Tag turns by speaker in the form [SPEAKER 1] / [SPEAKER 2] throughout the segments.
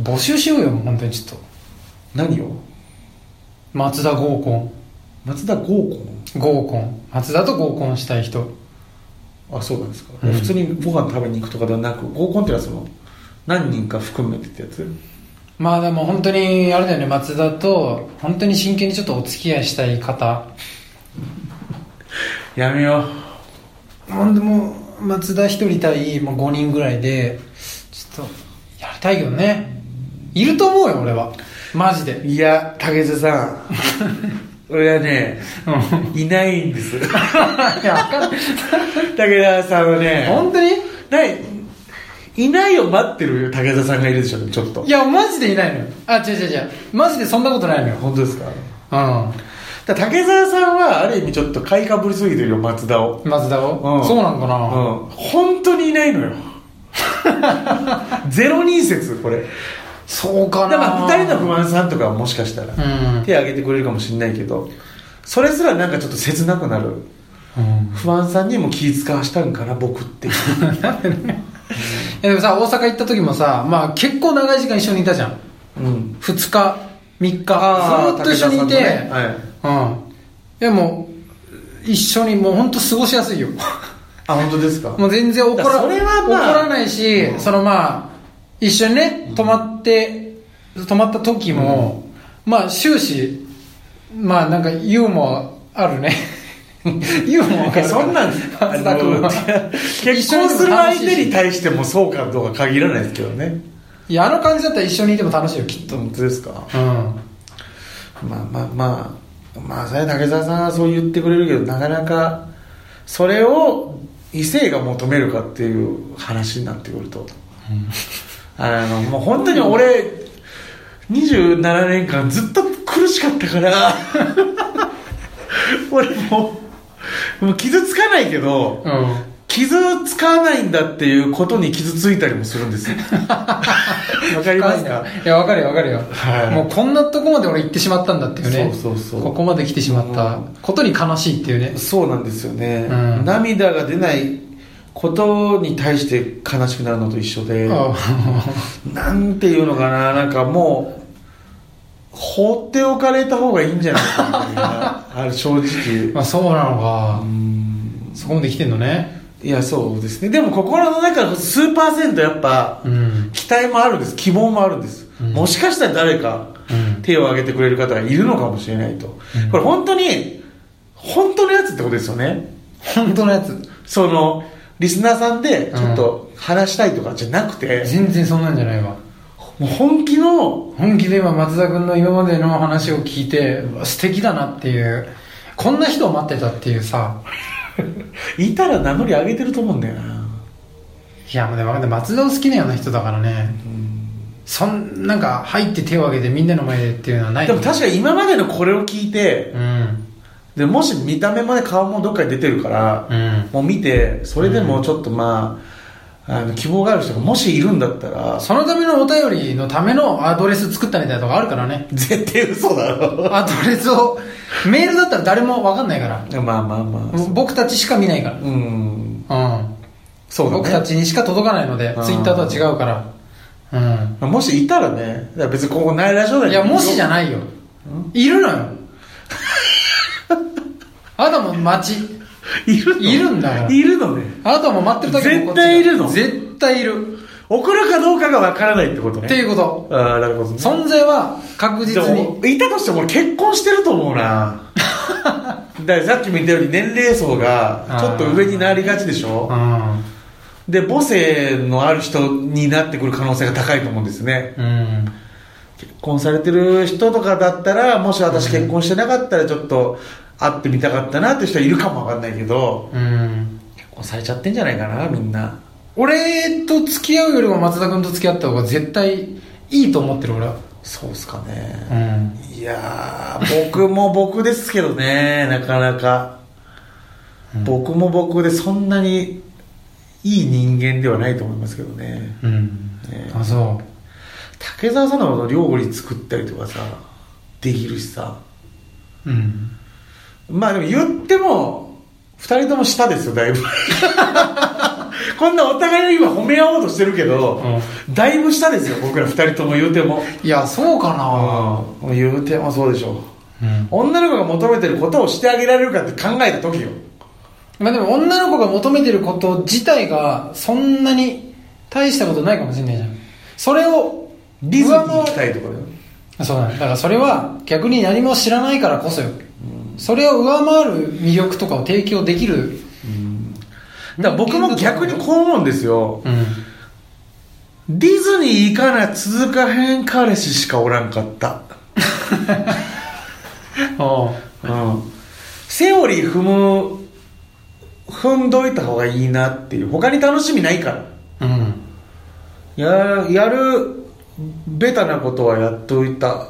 [SPEAKER 1] 募集しようよ本当にちょっと
[SPEAKER 2] 何を
[SPEAKER 1] 松田合コン
[SPEAKER 2] 松田合コ
[SPEAKER 1] 合コン松田と合コンしたい人
[SPEAKER 2] ンあそうなんですか、
[SPEAKER 1] うん
[SPEAKER 2] 普通にご飯食べに行くとかではなく合コンっていうのはその何人か含めてってやつ
[SPEAKER 1] まあでも本当にあれだよね松田と本当に真剣にちょっとお付き合いしたい方
[SPEAKER 2] やめよう
[SPEAKER 1] ほんでもう松田一人対もう5人ぐらいでちょっとやりたいけどねいると思うよ俺はマジで
[SPEAKER 2] いや、竹瀬さん。俺はね、
[SPEAKER 1] うん
[SPEAKER 2] いないんです。
[SPEAKER 1] いやわかんない
[SPEAKER 2] 竹田さんはね、
[SPEAKER 1] 本当に
[SPEAKER 2] ない、いないを待ってるよ、竹田さんがいるでしょ、ちょっと
[SPEAKER 1] い。やマジでいないのよあ違う違う違うマジでそんなことないのよ
[SPEAKER 2] 本当ですか
[SPEAKER 1] う
[SPEAKER 2] だから竹澤さんは、ある意味ちょっと買いかぶりすぎてるよ、松田を。
[SPEAKER 1] ん松田を、
[SPEAKER 2] うん
[SPEAKER 1] そうなんか
[SPEAKER 2] うん
[SPEAKER 1] な、。
[SPEAKER 2] 本当にいないのよ。 ゼロ人説、これ。
[SPEAKER 1] そうか
[SPEAKER 2] だ
[SPEAKER 1] な
[SPEAKER 2] からまあ、二人の不安さんとかはもしかしたら、
[SPEAKER 1] うん
[SPEAKER 2] 手挙げてくれるかもしれないけど、それすらなんかちょっと切なくなる。
[SPEAKER 1] うん
[SPEAKER 2] 不安さんにも気遣わしたんかな、僕って いう。
[SPEAKER 1] えでもさ大阪行った時もさ、まあ、結構長い時間一緒にいたじゃん
[SPEAKER 2] うん。
[SPEAKER 1] 2日3日ず
[SPEAKER 2] あー
[SPEAKER 1] ーっと一緒にいて、
[SPEAKER 2] 武田さんとねはい
[SPEAKER 1] うんでも一緒にもう本当過ごし やすいよ
[SPEAKER 2] あ本当ですか
[SPEAKER 1] もう全然怒
[SPEAKER 2] だかららそれはまあ
[SPEAKER 1] 怒らないし、
[SPEAKER 2] うん
[SPEAKER 1] そのまあ一緒にね泊まって、泊まった時も、まあ終始まあなんかユーモアあるね ユーモアあるから
[SPEAKER 2] そんなん あ
[SPEAKER 1] 松田君
[SPEAKER 2] の
[SPEAKER 1] は
[SPEAKER 2] 結婚する相手に対してもそうかどうか限らないですけどね
[SPEAKER 1] いやあの感じだったら一緒にいても楽しいよきっと
[SPEAKER 2] 本当ですか
[SPEAKER 1] うん
[SPEAKER 2] まあまあまあまあそれ竹澤さんはそう言ってくれるけどなかなかそれを異性が求めるかっていう話になってくると、あのもう本当に俺、27年間ずっと苦しかったから 俺もうもう傷つかないけど、
[SPEAKER 1] うん
[SPEAKER 2] 傷つかないんだっていうことに傷ついたりもするんですよ わかりますか
[SPEAKER 1] いや、わかるよ、わかるよ。
[SPEAKER 2] はい
[SPEAKER 1] もうこんなとこまで俺行ってしまったんだっていうね。
[SPEAKER 2] そうそうそう
[SPEAKER 1] ここまで来てしまったことに悲しいっていうね。
[SPEAKER 2] そうなんですよね、
[SPEAKER 1] うん
[SPEAKER 2] 涙が出ないことに対して悲しくなるのと一緒で
[SPEAKER 1] あ
[SPEAKER 2] なんていうのかななんかもう放っておかれた方がいいんじゃないかなみん なあれ正直
[SPEAKER 1] まあそうなのか
[SPEAKER 2] う。ん
[SPEAKER 1] そこまで来てんのね。
[SPEAKER 2] いやそうですねでも心の中数パーセントやっぱ
[SPEAKER 1] うん。
[SPEAKER 2] 期待もあるんです希望もあるんです、
[SPEAKER 1] うん
[SPEAKER 2] もしかしたら誰か
[SPEAKER 1] うん
[SPEAKER 2] 手を挙げてくれる方がいるのかもしれないと、
[SPEAKER 1] うん
[SPEAKER 2] これ本当に本当のやつってことですよね
[SPEAKER 1] 本当のやつ。
[SPEAKER 2] そのリスナーさんでちょっと話したいとかじゃなくて、
[SPEAKER 1] 全然そんなんじゃないわ。
[SPEAKER 2] もう本気の
[SPEAKER 1] 本気で今、松田君の今までの話を聞いて、うわ素敵だなっていう。こんな人を待ってたっていうさ。
[SPEAKER 2] いたら名乗り上げてると思うんだよな、
[SPEAKER 1] いや、もうでもわかんない松田を好きなような人だからね。そん、なんか、入って手を挙げてみんなの前でっていうのはない
[SPEAKER 2] でも確かに今までのこれを聞いて
[SPEAKER 1] うん。
[SPEAKER 2] でもし見た目まで顔もどっかに出てるから、
[SPEAKER 1] うん。
[SPEAKER 2] もう見てそれでもちょっとまああの希望がある人がもしいるんだったら
[SPEAKER 1] そのためのお便りのためのアドレス作ったみたいなとこあるか らね。
[SPEAKER 2] 絶対嘘だろ
[SPEAKER 1] アドレスを、メールだったら誰もわかんないから。
[SPEAKER 2] まあまあまあ。
[SPEAKER 1] 僕たちしか見ないか
[SPEAKER 2] うん。
[SPEAKER 1] ら。うん。
[SPEAKER 2] そうだね。
[SPEAKER 1] 僕たちにしか届かないので
[SPEAKER 2] う、ん
[SPEAKER 1] ツイッターとは違うから。
[SPEAKER 2] まあもしいたらね、だから別にここないラジオ
[SPEAKER 1] う
[SPEAKER 2] だ
[SPEAKER 1] ん。いや、もしじゃないよ。いるのよ。あとはもう待ち。
[SPEAKER 2] いるの
[SPEAKER 1] いるんだから
[SPEAKER 2] いるのね。
[SPEAKER 1] あとはもう待ってるだけ
[SPEAKER 2] 絶対いるの
[SPEAKER 1] 絶対いる。
[SPEAKER 2] 送るかどうかがわからないってことね。
[SPEAKER 1] っていうこと。
[SPEAKER 2] ああ、なるほどね。
[SPEAKER 1] 存在は確実
[SPEAKER 2] で
[SPEAKER 1] に。
[SPEAKER 2] もいたとしても結婚してると思う な。だからさっきも言ったように年齢層がちょっと上になりがちでし
[SPEAKER 1] う
[SPEAKER 2] ょ
[SPEAKER 1] ん。
[SPEAKER 2] で、母性のある人になってくる可能性が高いと思うんですね。
[SPEAKER 1] うん。
[SPEAKER 2] 結婚されてる人とかだったら、もし私結婚してなかったらちょっと会ってみたかったなって人はいるかもわかんないけど、
[SPEAKER 1] うん。
[SPEAKER 2] 結婚されちゃってんじゃないかなみんな
[SPEAKER 1] 俺と付き合うよりも松田君と付き合った方が絶対いいと思ってる俺は
[SPEAKER 2] そうっすかね、
[SPEAKER 1] ん
[SPEAKER 2] いやー僕も僕ですけどねなかなか、僕も僕でそんなにいい人間ではないと思いますけどね
[SPEAKER 1] うん
[SPEAKER 2] ね
[SPEAKER 1] あそ
[SPEAKER 2] 竹澤さんの方の料理作ったりとかさできるしさ
[SPEAKER 1] ううん
[SPEAKER 2] まあでも言っても2人とも下ですよだいぶ こんなお互いの今褒め合おうとしてるけど、だいぶ下ですよ僕ら二人とも言うても
[SPEAKER 1] いやそうかな
[SPEAKER 2] もう言うてもそうでしょ
[SPEAKER 1] うん
[SPEAKER 2] 女の子が求めてることをしてあげられるかって考えた時よ
[SPEAKER 1] まあでも女の子が求めてること自体がそんなに大したことないかもしれないじゃんそれを
[SPEAKER 2] リズムに行
[SPEAKER 1] 上
[SPEAKER 2] き
[SPEAKER 1] 回
[SPEAKER 2] たいところだよ
[SPEAKER 1] そうなんだからそれは逆に何も知らないからこそよ、それを上回る魅力とかを提供できる
[SPEAKER 2] だから僕も逆にこう思うんですよ
[SPEAKER 1] うん
[SPEAKER 2] ディズニー行かな続かへん彼氏しかおらんかったうんセオリー踏む踏んどいた方がいいなっていう他に楽しみないから
[SPEAKER 1] うん
[SPEAKER 2] ややるベタなことはやっといた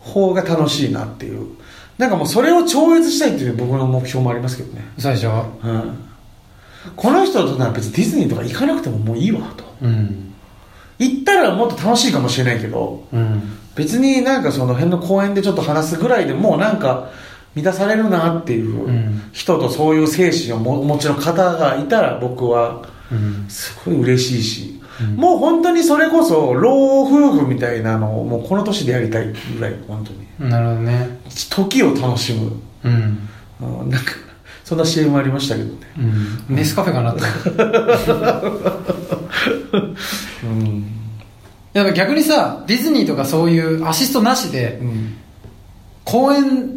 [SPEAKER 2] 方が楽しいなっていうなんかもうそれを超越したいっていう僕の目標もありますけどね、
[SPEAKER 1] そうでしょ
[SPEAKER 2] うん、この人となら別にディズニーとか行かなくてももういいわと
[SPEAKER 1] うん
[SPEAKER 2] 行ったらもっと楽しいかもしれないけど
[SPEAKER 1] うん
[SPEAKER 2] 別になんかその辺の公園でちょっと話すぐらいでもうなんか満たされるなっていううん人とそういう精神をもお持ちの方がいたら僕は
[SPEAKER 1] うん
[SPEAKER 2] すごい嬉しいし、
[SPEAKER 1] うん
[SPEAKER 2] もう本当にそれこそ老夫婦みたいなのをもうこの年でやりたいぐらい本当に
[SPEAKER 1] なるほどね
[SPEAKER 2] 時を楽しむ、
[SPEAKER 1] うん
[SPEAKER 2] うんなんかそんな CM ありましたけどね、
[SPEAKER 1] うんネスカフ ェかなって
[SPEAKER 2] うん
[SPEAKER 1] やっぱ逆にさディズニーとかそういうアシストなしで
[SPEAKER 2] うん
[SPEAKER 1] 公園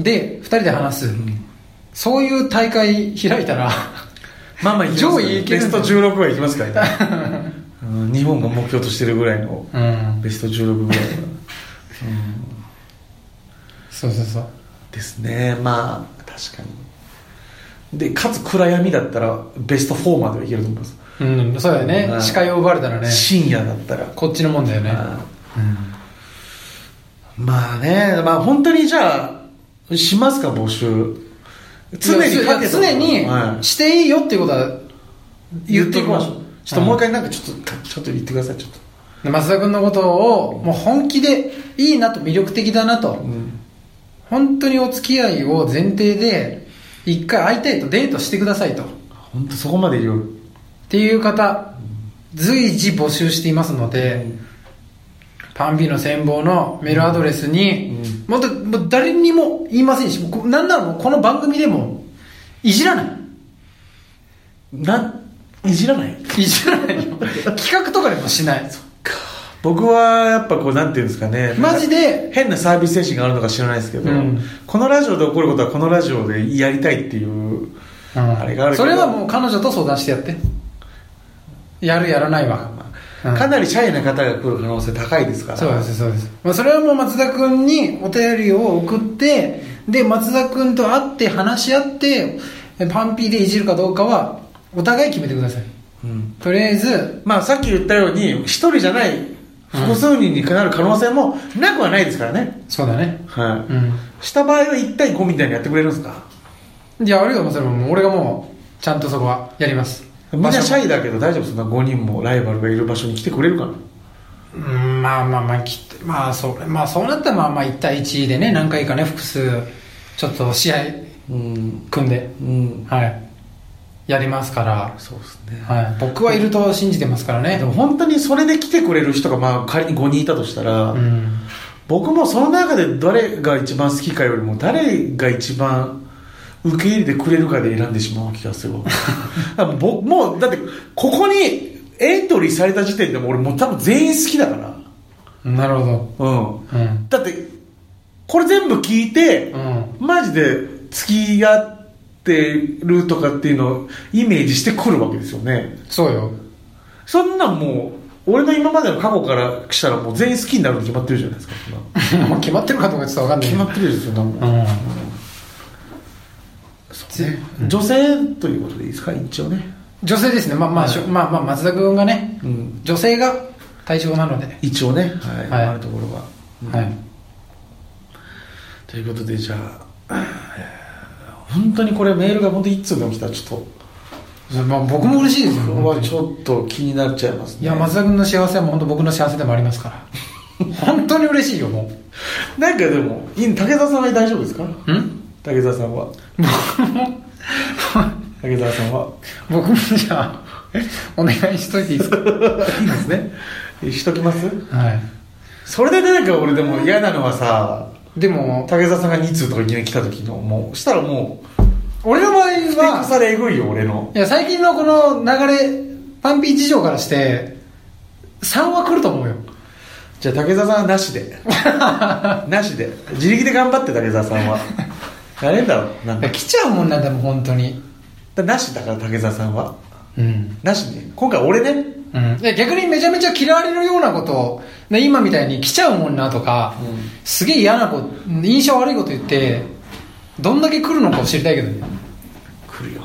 [SPEAKER 1] で2人で話す、そういう大会開いたら
[SPEAKER 2] まあまあ行きます
[SPEAKER 1] 上位いけ
[SPEAKER 2] ベ
[SPEAKER 1] る
[SPEAKER 2] スト16はいきますからね、 うん日本が目標としてるぐらいの
[SPEAKER 1] うん
[SPEAKER 2] ベスト16ぐらいは、
[SPEAKER 1] そうそうそう
[SPEAKER 2] ですねまあ確かにでかつ暗闇だったらベスト4まではいけると思います、
[SPEAKER 1] うんそうだよね、
[SPEAKER 2] うん
[SPEAKER 1] 視界を奪われたらね
[SPEAKER 2] 深夜だったら、
[SPEAKER 1] こっちのもんだよね
[SPEAKER 2] あまあねまあ本当にじゃあしますか募集常
[SPEAKER 1] い
[SPEAKER 2] に
[SPEAKER 1] や
[SPEAKER 2] かけ
[SPEAKER 1] いや
[SPEAKER 2] てた
[SPEAKER 1] 常に
[SPEAKER 2] はい
[SPEAKER 1] していいよっていうことは
[SPEAKER 2] 言っていきましょうちょっともう一
[SPEAKER 1] 回
[SPEAKER 2] 回なんかちょっとたちょっと言ってくださいちょっと
[SPEAKER 1] 増田君のことをもう本気でいいなと魅力的だなと、
[SPEAKER 2] うん
[SPEAKER 1] 本当にお付き合いを前提で一回会いたいとデートしてくださいとっ
[SPEAKER 2] 本当そこまで言う
[SPEAKER 1] ていう方随時募集していますので、パンビの戦望のメールアドレスに、もっともう誰にも言いませんしもうこなんならもうこの番組でもいじらない
[SPEAKER 2] ないじらない
[SPEAKER 1] いじらないよ企画とかでもしない
[SPEAKER 2] 僕はやっぱこうなんていうんですかね
[SPEAKER 1] マジで
[SPEAKER 2] 変なサービス精神があるのか知らないですけど、
[SPEAKER 1] うん
[SPEAKER 2] このラジオで起こることはこのラジオでやりたいっていうあれがあるけ
[SPEAKER 1] そ
[SPEAKER 2] ど
[SPEAKER 1] れはもう彼女と相談してやってやるやらないわ、うん
[SPEAKER 2] かなりシャイな方が来る可能性高いですから
[SPEAKER 1] そうですそうです、まあ、それはもう松田君にお便りを送ってで松田君と会って話し合ってえパンピーでいじるかどうかはお互い決めてください
[SPEAKER 2] うん
[SPEAKER 1] とりあえず
[SPEAKER 2] まあさっき言ったように一人じゃない複数人になる可能性もなくはないですからね、
[SPEAKER 1] そうだね
[SPEAKER 2] はい、
[SPEAKER 1] う
[SPEAKER 2] した場合は1対5みたいにやってくれるんですか
[SPEAKER 1] んいやあるよもうそれはもう俺がもうちゃんとそこはやります
[SPEAKER 2] みんなシ
[SPEAKER 1] ャイ
[SPEAKER 2] ャイだけど大丈夫そんな5人もライバルがいる場所に来てくれるかな
[SPEAKER 1] うんまあまあまあきっとまあそれまあそうなったらまあまあ1対1でね何回かね複数ちょっと試合
[SPEAKER 2] うん
[SPEAKER 1] 組んで
[SPEAKER 2] うん
[SPEAKER 1] はいやりますから、
[SPEAKER 2] そうですね、
[SPEAKER 1] はい、僕はいると信じてますからね
[SPEAKER 2] でも本当にそれで来てくれる人がまあ仮に5人いたとしたら、
[SPEAKER 1] うん
[SPEAKER 2] 僕もその中で誰が一番好きかよりも誰が一番受け入れてくれるかで選んでしまう気が するだからぼもうだってここにエントリーされた時点でもう俺もう多分全員好きだから
[SPEAKER 1] なるほど
[SPEAKER 2] うん
[SPEAKER 1] うん
[SPEAKER 2] だってこれ全部聞いて
[SPEAKER 1] うん
[SPEAKER 2] マジで付き合ってるとかっていうのをイメージしてくるわけですよね
[SPEAKER 1] そうよ
[SPEAKER 2] そんなんもう俺の今までの過去からしたらもう全員好きになるに決まってるじゃないですかそんな
[SPEAKER 1] もう決まってるかどうかちょっとわかんない
[SPEAKER 2] 決
[SPEAKER 1] けど
[SPEAKER 2] まってるでしょそんなもん
[SPEAKER 1] うん
[SPEAKER 2] そうね女性ということでいいですか一応ね
[SPEAKER 1] 女性ですねまあまあ、しょまあまあ松田君がね
[SPEAKER 2] うん
[SPEAKER 1] 女性が対象なので、
[SPEAKER 2] 一応ねはい、
[SPEAKER 1] はい
[SPEAKER 2] あるところは、うん
[SPEAKER 1] はい
[SPEAKER 2] ということでじゃあえー本当にこれメールが本当に一通でも来たらちょっと
[SPEAKER 1] まあ、僕も嬉しいですよ
[SPEAKER 2] これ
[SPEAKER 1] 本当
[SPEAKER 2] は
[SPEAKER 1] に
[SPEAKER 2] ちょっと気になっちゃいますね
[SPEAKER 1] いや松田君の幸せはもう本当僕の幸せでもありま すから本当に嬉しいよも
[SPEAKER 2] なんかでもいい武田さんは大丈夫ですか
[SPEAKER 1] ううん
[SPEAKER 2] 武田さんは
[SPEAKER 1] 僕も
[SPEAKER 2] 武田さんは
[SPEAKER 1] 僕もじゃあ お願いしといていいです か
[SPEAKER 2] いいです ねしときます
[SPEAKER 1] は
[SPEAKER 2] それでなんか俺でも嫌なのはさ
[SPEAKER 1] いでも
[SPEAKER 2] 武田さんが2通とかいきなり来た時のもうしたらもう
[SPEAKER 1] 俺の場合
[SPEAKER 2] 不適
[SPEAKER 1] は
[SPEAKER 2] されえぐいよ俺の
[SPEAKER 1] いや最近のこの流れパンピー事情からして3は来ると思うよ
[SPEAKER 2] じゃあ武田さんはなし でなしで自力で頑張って武田さんはやれんだろなんかだか
[SPEAKER 1] 来ちゃうもんなんだもん本当に
[SPEAKER 2] らなしだから武田さんは
[SPEAKER 1] うん、
[SPEAKER 2] なしね今回俺ね
[SPEAKER 1] うん、で逆にめちゃめちゃ嫌われるようなことをね今みたいに来ちゃうもんなとか、
[SPEAKER 2] うん
[SPEAKER 1] すげえ嫌なこと印象悪いこと言ってどんだけ来るのかを知りたいけどね
[SPEAKER 2] 来るよ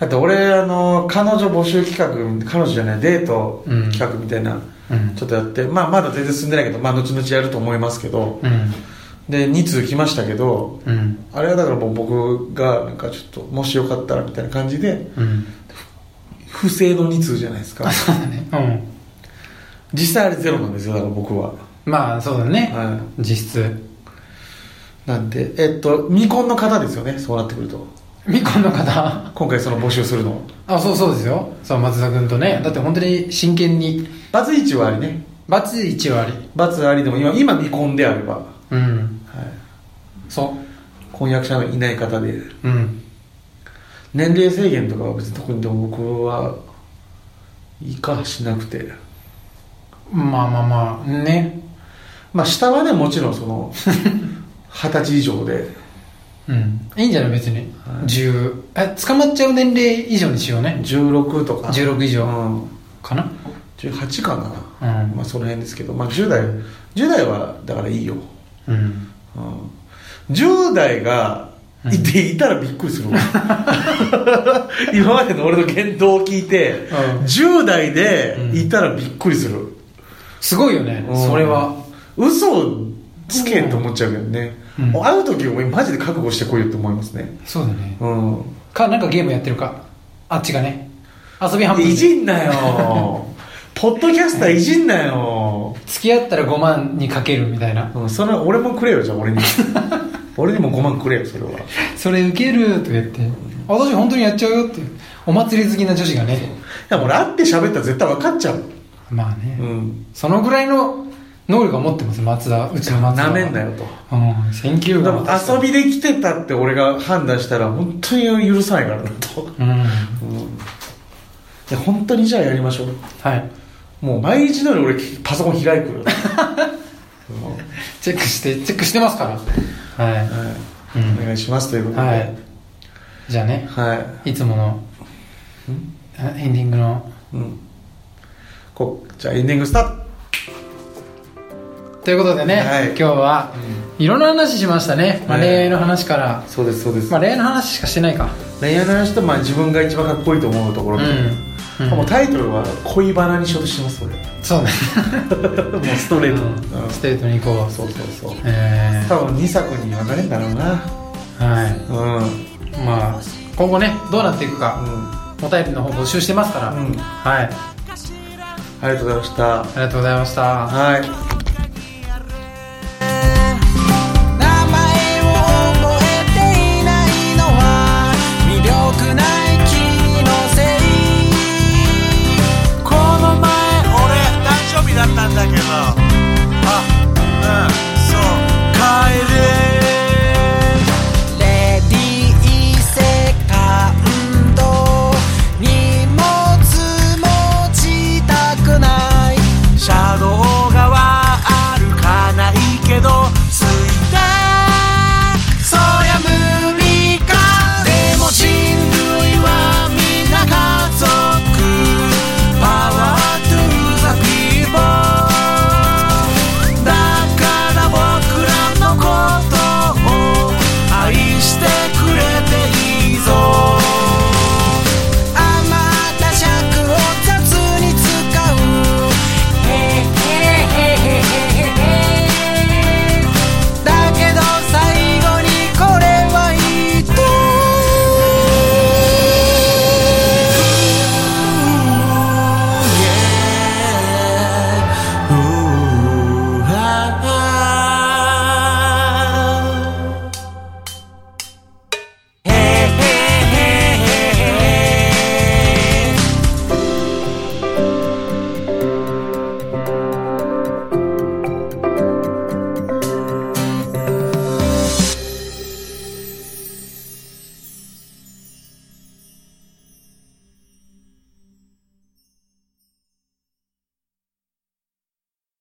[SPEAKER 2] だって俺あの彼女募集企画彼女じゃないデート
[SPEAKER 1] うん
[SPEAKER 2] 企画みたいな、
[SPEAKER 1] うん
[SPEAKER 2] ちょっとやって、まあ、まだ全然進んでないけど、まあ、後々やると思いますけど、
[SPEAKER 1] うん
[SPEAKER 2] で2通来ましたけど
[SPEAKER 1] うん
[SPEAKER 2] あれはだからもう僕がなんかちょっともしよかったらみたいな感じで
[SPEAKER 1] うん
[SPEAKER 2] 不正の2通じゃないですか
[SPEAKER 1] そうだねうん
[SPEAKER 2] 実際あれゼロなんですよだから僕は、
[SPEAKER 1] まあそうだね、
[SPEAKER 2] は
[SPEAKER 1] 実質
[SPEAKER 2] い、なんでえっと未婚の方ですよねそうなってくると
[SPEAKER 1] 未婚の方
[SPEAKER 2] 今回その募集するの
[SPEAKER 1] あそうそうですよそう松田君とねだって本当に真剣に
[SPEAKER 2] バツ1はありね
[SPEAKER 1] バツ1割
[SPEAKER 2] バツありでも今今未婚であれば、は
[SPEAKER 1] うん
[SPEAKER 2] い、
[SPEAKER 1] そ
[SPEAKER 2] 婚約者のいない方で
[SPEAKER 1] ううん
[SPEAKER 2] 年齢制限とかは別に特にでも僕はいいかしなくて
[SPEAKER 1] まあまあまあね
[SPEAKER 2] まあ下はねもちろんそ の二十歳以上で
[SPEAKER 1] うんいいんじゃない別に、
[SPEAKER 2] はい
[SPEAKER 1] 10え捕まっちゃう年齢以上にしようね
[SPEAKER 2] 16とか
[SPEAKER 1] 16以上
[SPEAKER 2] うん、
[SPEAKER 1] かな
[SPEAKER 2] 18かな、
[SPEAKER 1] うん
[SPEAKER 2] まあその辺ですけどまあ10代10代はだからいいよ、
[SPEAKER 1] うん
[SPEAKER 2] うん、10代がいていたらびっくりする わ今までの俺の言動を聞いて、
[SPEAKER 1] うん
[SPEAKER 2] 10代でいたらびっくりする、
[SPEAKER 1] すごいよね、
[SPEAKER 2] うん
[SPEAKER 1] それは
[SPEAKER 2] 嘘をつけと思っちゃうけどね、
[SPEAKER 1] うん
[SPEAKER 2] もう会う時もマジで覚悟してこいよって思いますね
[SPEAKER 1] そうだね
[SPEAKER 2] うん
[SPEAKER 1] かなんかゲームやってるかあっちがね遊び半分
[SPEAKER 2] い
[SPEAKER 1] で
[SPEAKER 2] じんな よポッドキャスターいじんなよ、
[SPEAKER 1] 付き合ったら5万にかけるみたいな
[SPEAKER 2] うん、それは俺もくれよじゃあ俺に俺にも5万くれよそれは
[SPEAKER 1] それ受けるとか言って私本当にやっちゃうよってお祭り好きな女子がね
[SPEAKER 2] いやもう俺会って喋ったら絶対分かっちゃう
[SPEAKER 1] まあね、
[SPEAKER 2] うん
[SPEAKER 1] そのぐらいの能力を持ってます松田うちの松田
[SPEAKER 2] な
[SPEAKER 1] は
[SPEAKER 2] めんなよと
[SPEAKER 1] うん選
[SPEAKER 2] で
[SPEAKER 1] 球眼
[SPEAKER 2] も遊びで来てたって俺が判断したら本当に許さないからなと、うん、い
[SPEAKER 1] うん
[SPEAKER 2] や本当にじゃあやりましょう
[SPEAKER 1] はい
[SPEAKER 2] もう毎日のように俺パソコン開いてくる、うん
[SPEAKER 1] チェックしてチェックしてますからは
[SPEAKER 2] はい、
[SPEAKER 1] うん
[SPEAKER 2] お願いしますというこ
[SPEAKER 1] い、
[SPEAKER 2] とで、
[SPEAKER 1] はい、じゃあね
[SPEAKER 2] はい
[SPEAKER 1] つものあエンディングの
[SPEAKER 2] いうん、こうじゃあエンディングスタート
[SPEAKER 1] ということでね、
[SPEAKER 2] はい
[SPEAKER 1] 今日は
[SPEAKER 2] う
[SPEAKER 1] いろんな話しましたね、まあ、
[SPEAKER 2] はい
[SPEAKER 1] 恋愛の話から、
[SPEAKER 2] そうですそうです、
[SPEAKER 1] まあ、恋愛の話しかしてないか
[SPEAKER 2] 恋愛の話とまあ自分が一番かっこいいと思うとこ
[SPEAKER 1] う
[SPEAKER 2] ろ
[SPEAKER 1] ん、
[SPEAKER 2] で、
[SPEAKER 1] うん
[SPEAKER 2] もうタイトルは「恋バナ」にしようとしてます俺
[SPEAKER 1] そうね
[SPEAKER 2] もうストレート、うん
[SPEAKER 1] ステートに行こう
[SPEAKER 2] そうそうそう
[SPEAKER 1] え
[SPEAKER 2] 多分2作に分かれんだろうな
[SPEAKER 1] ー、はい
[SPEAKER 2] うんうん
[SPEAKER 1] まあ今後ねどうなっていくかお便りの方募集してますから、
[SPEAKER 2] うん
[SPEAKER 1] はいあ
[SPEAKER 2] ありがとうございました
[SPEAKER 1] りがとうございました
[SPEAKER 2] はい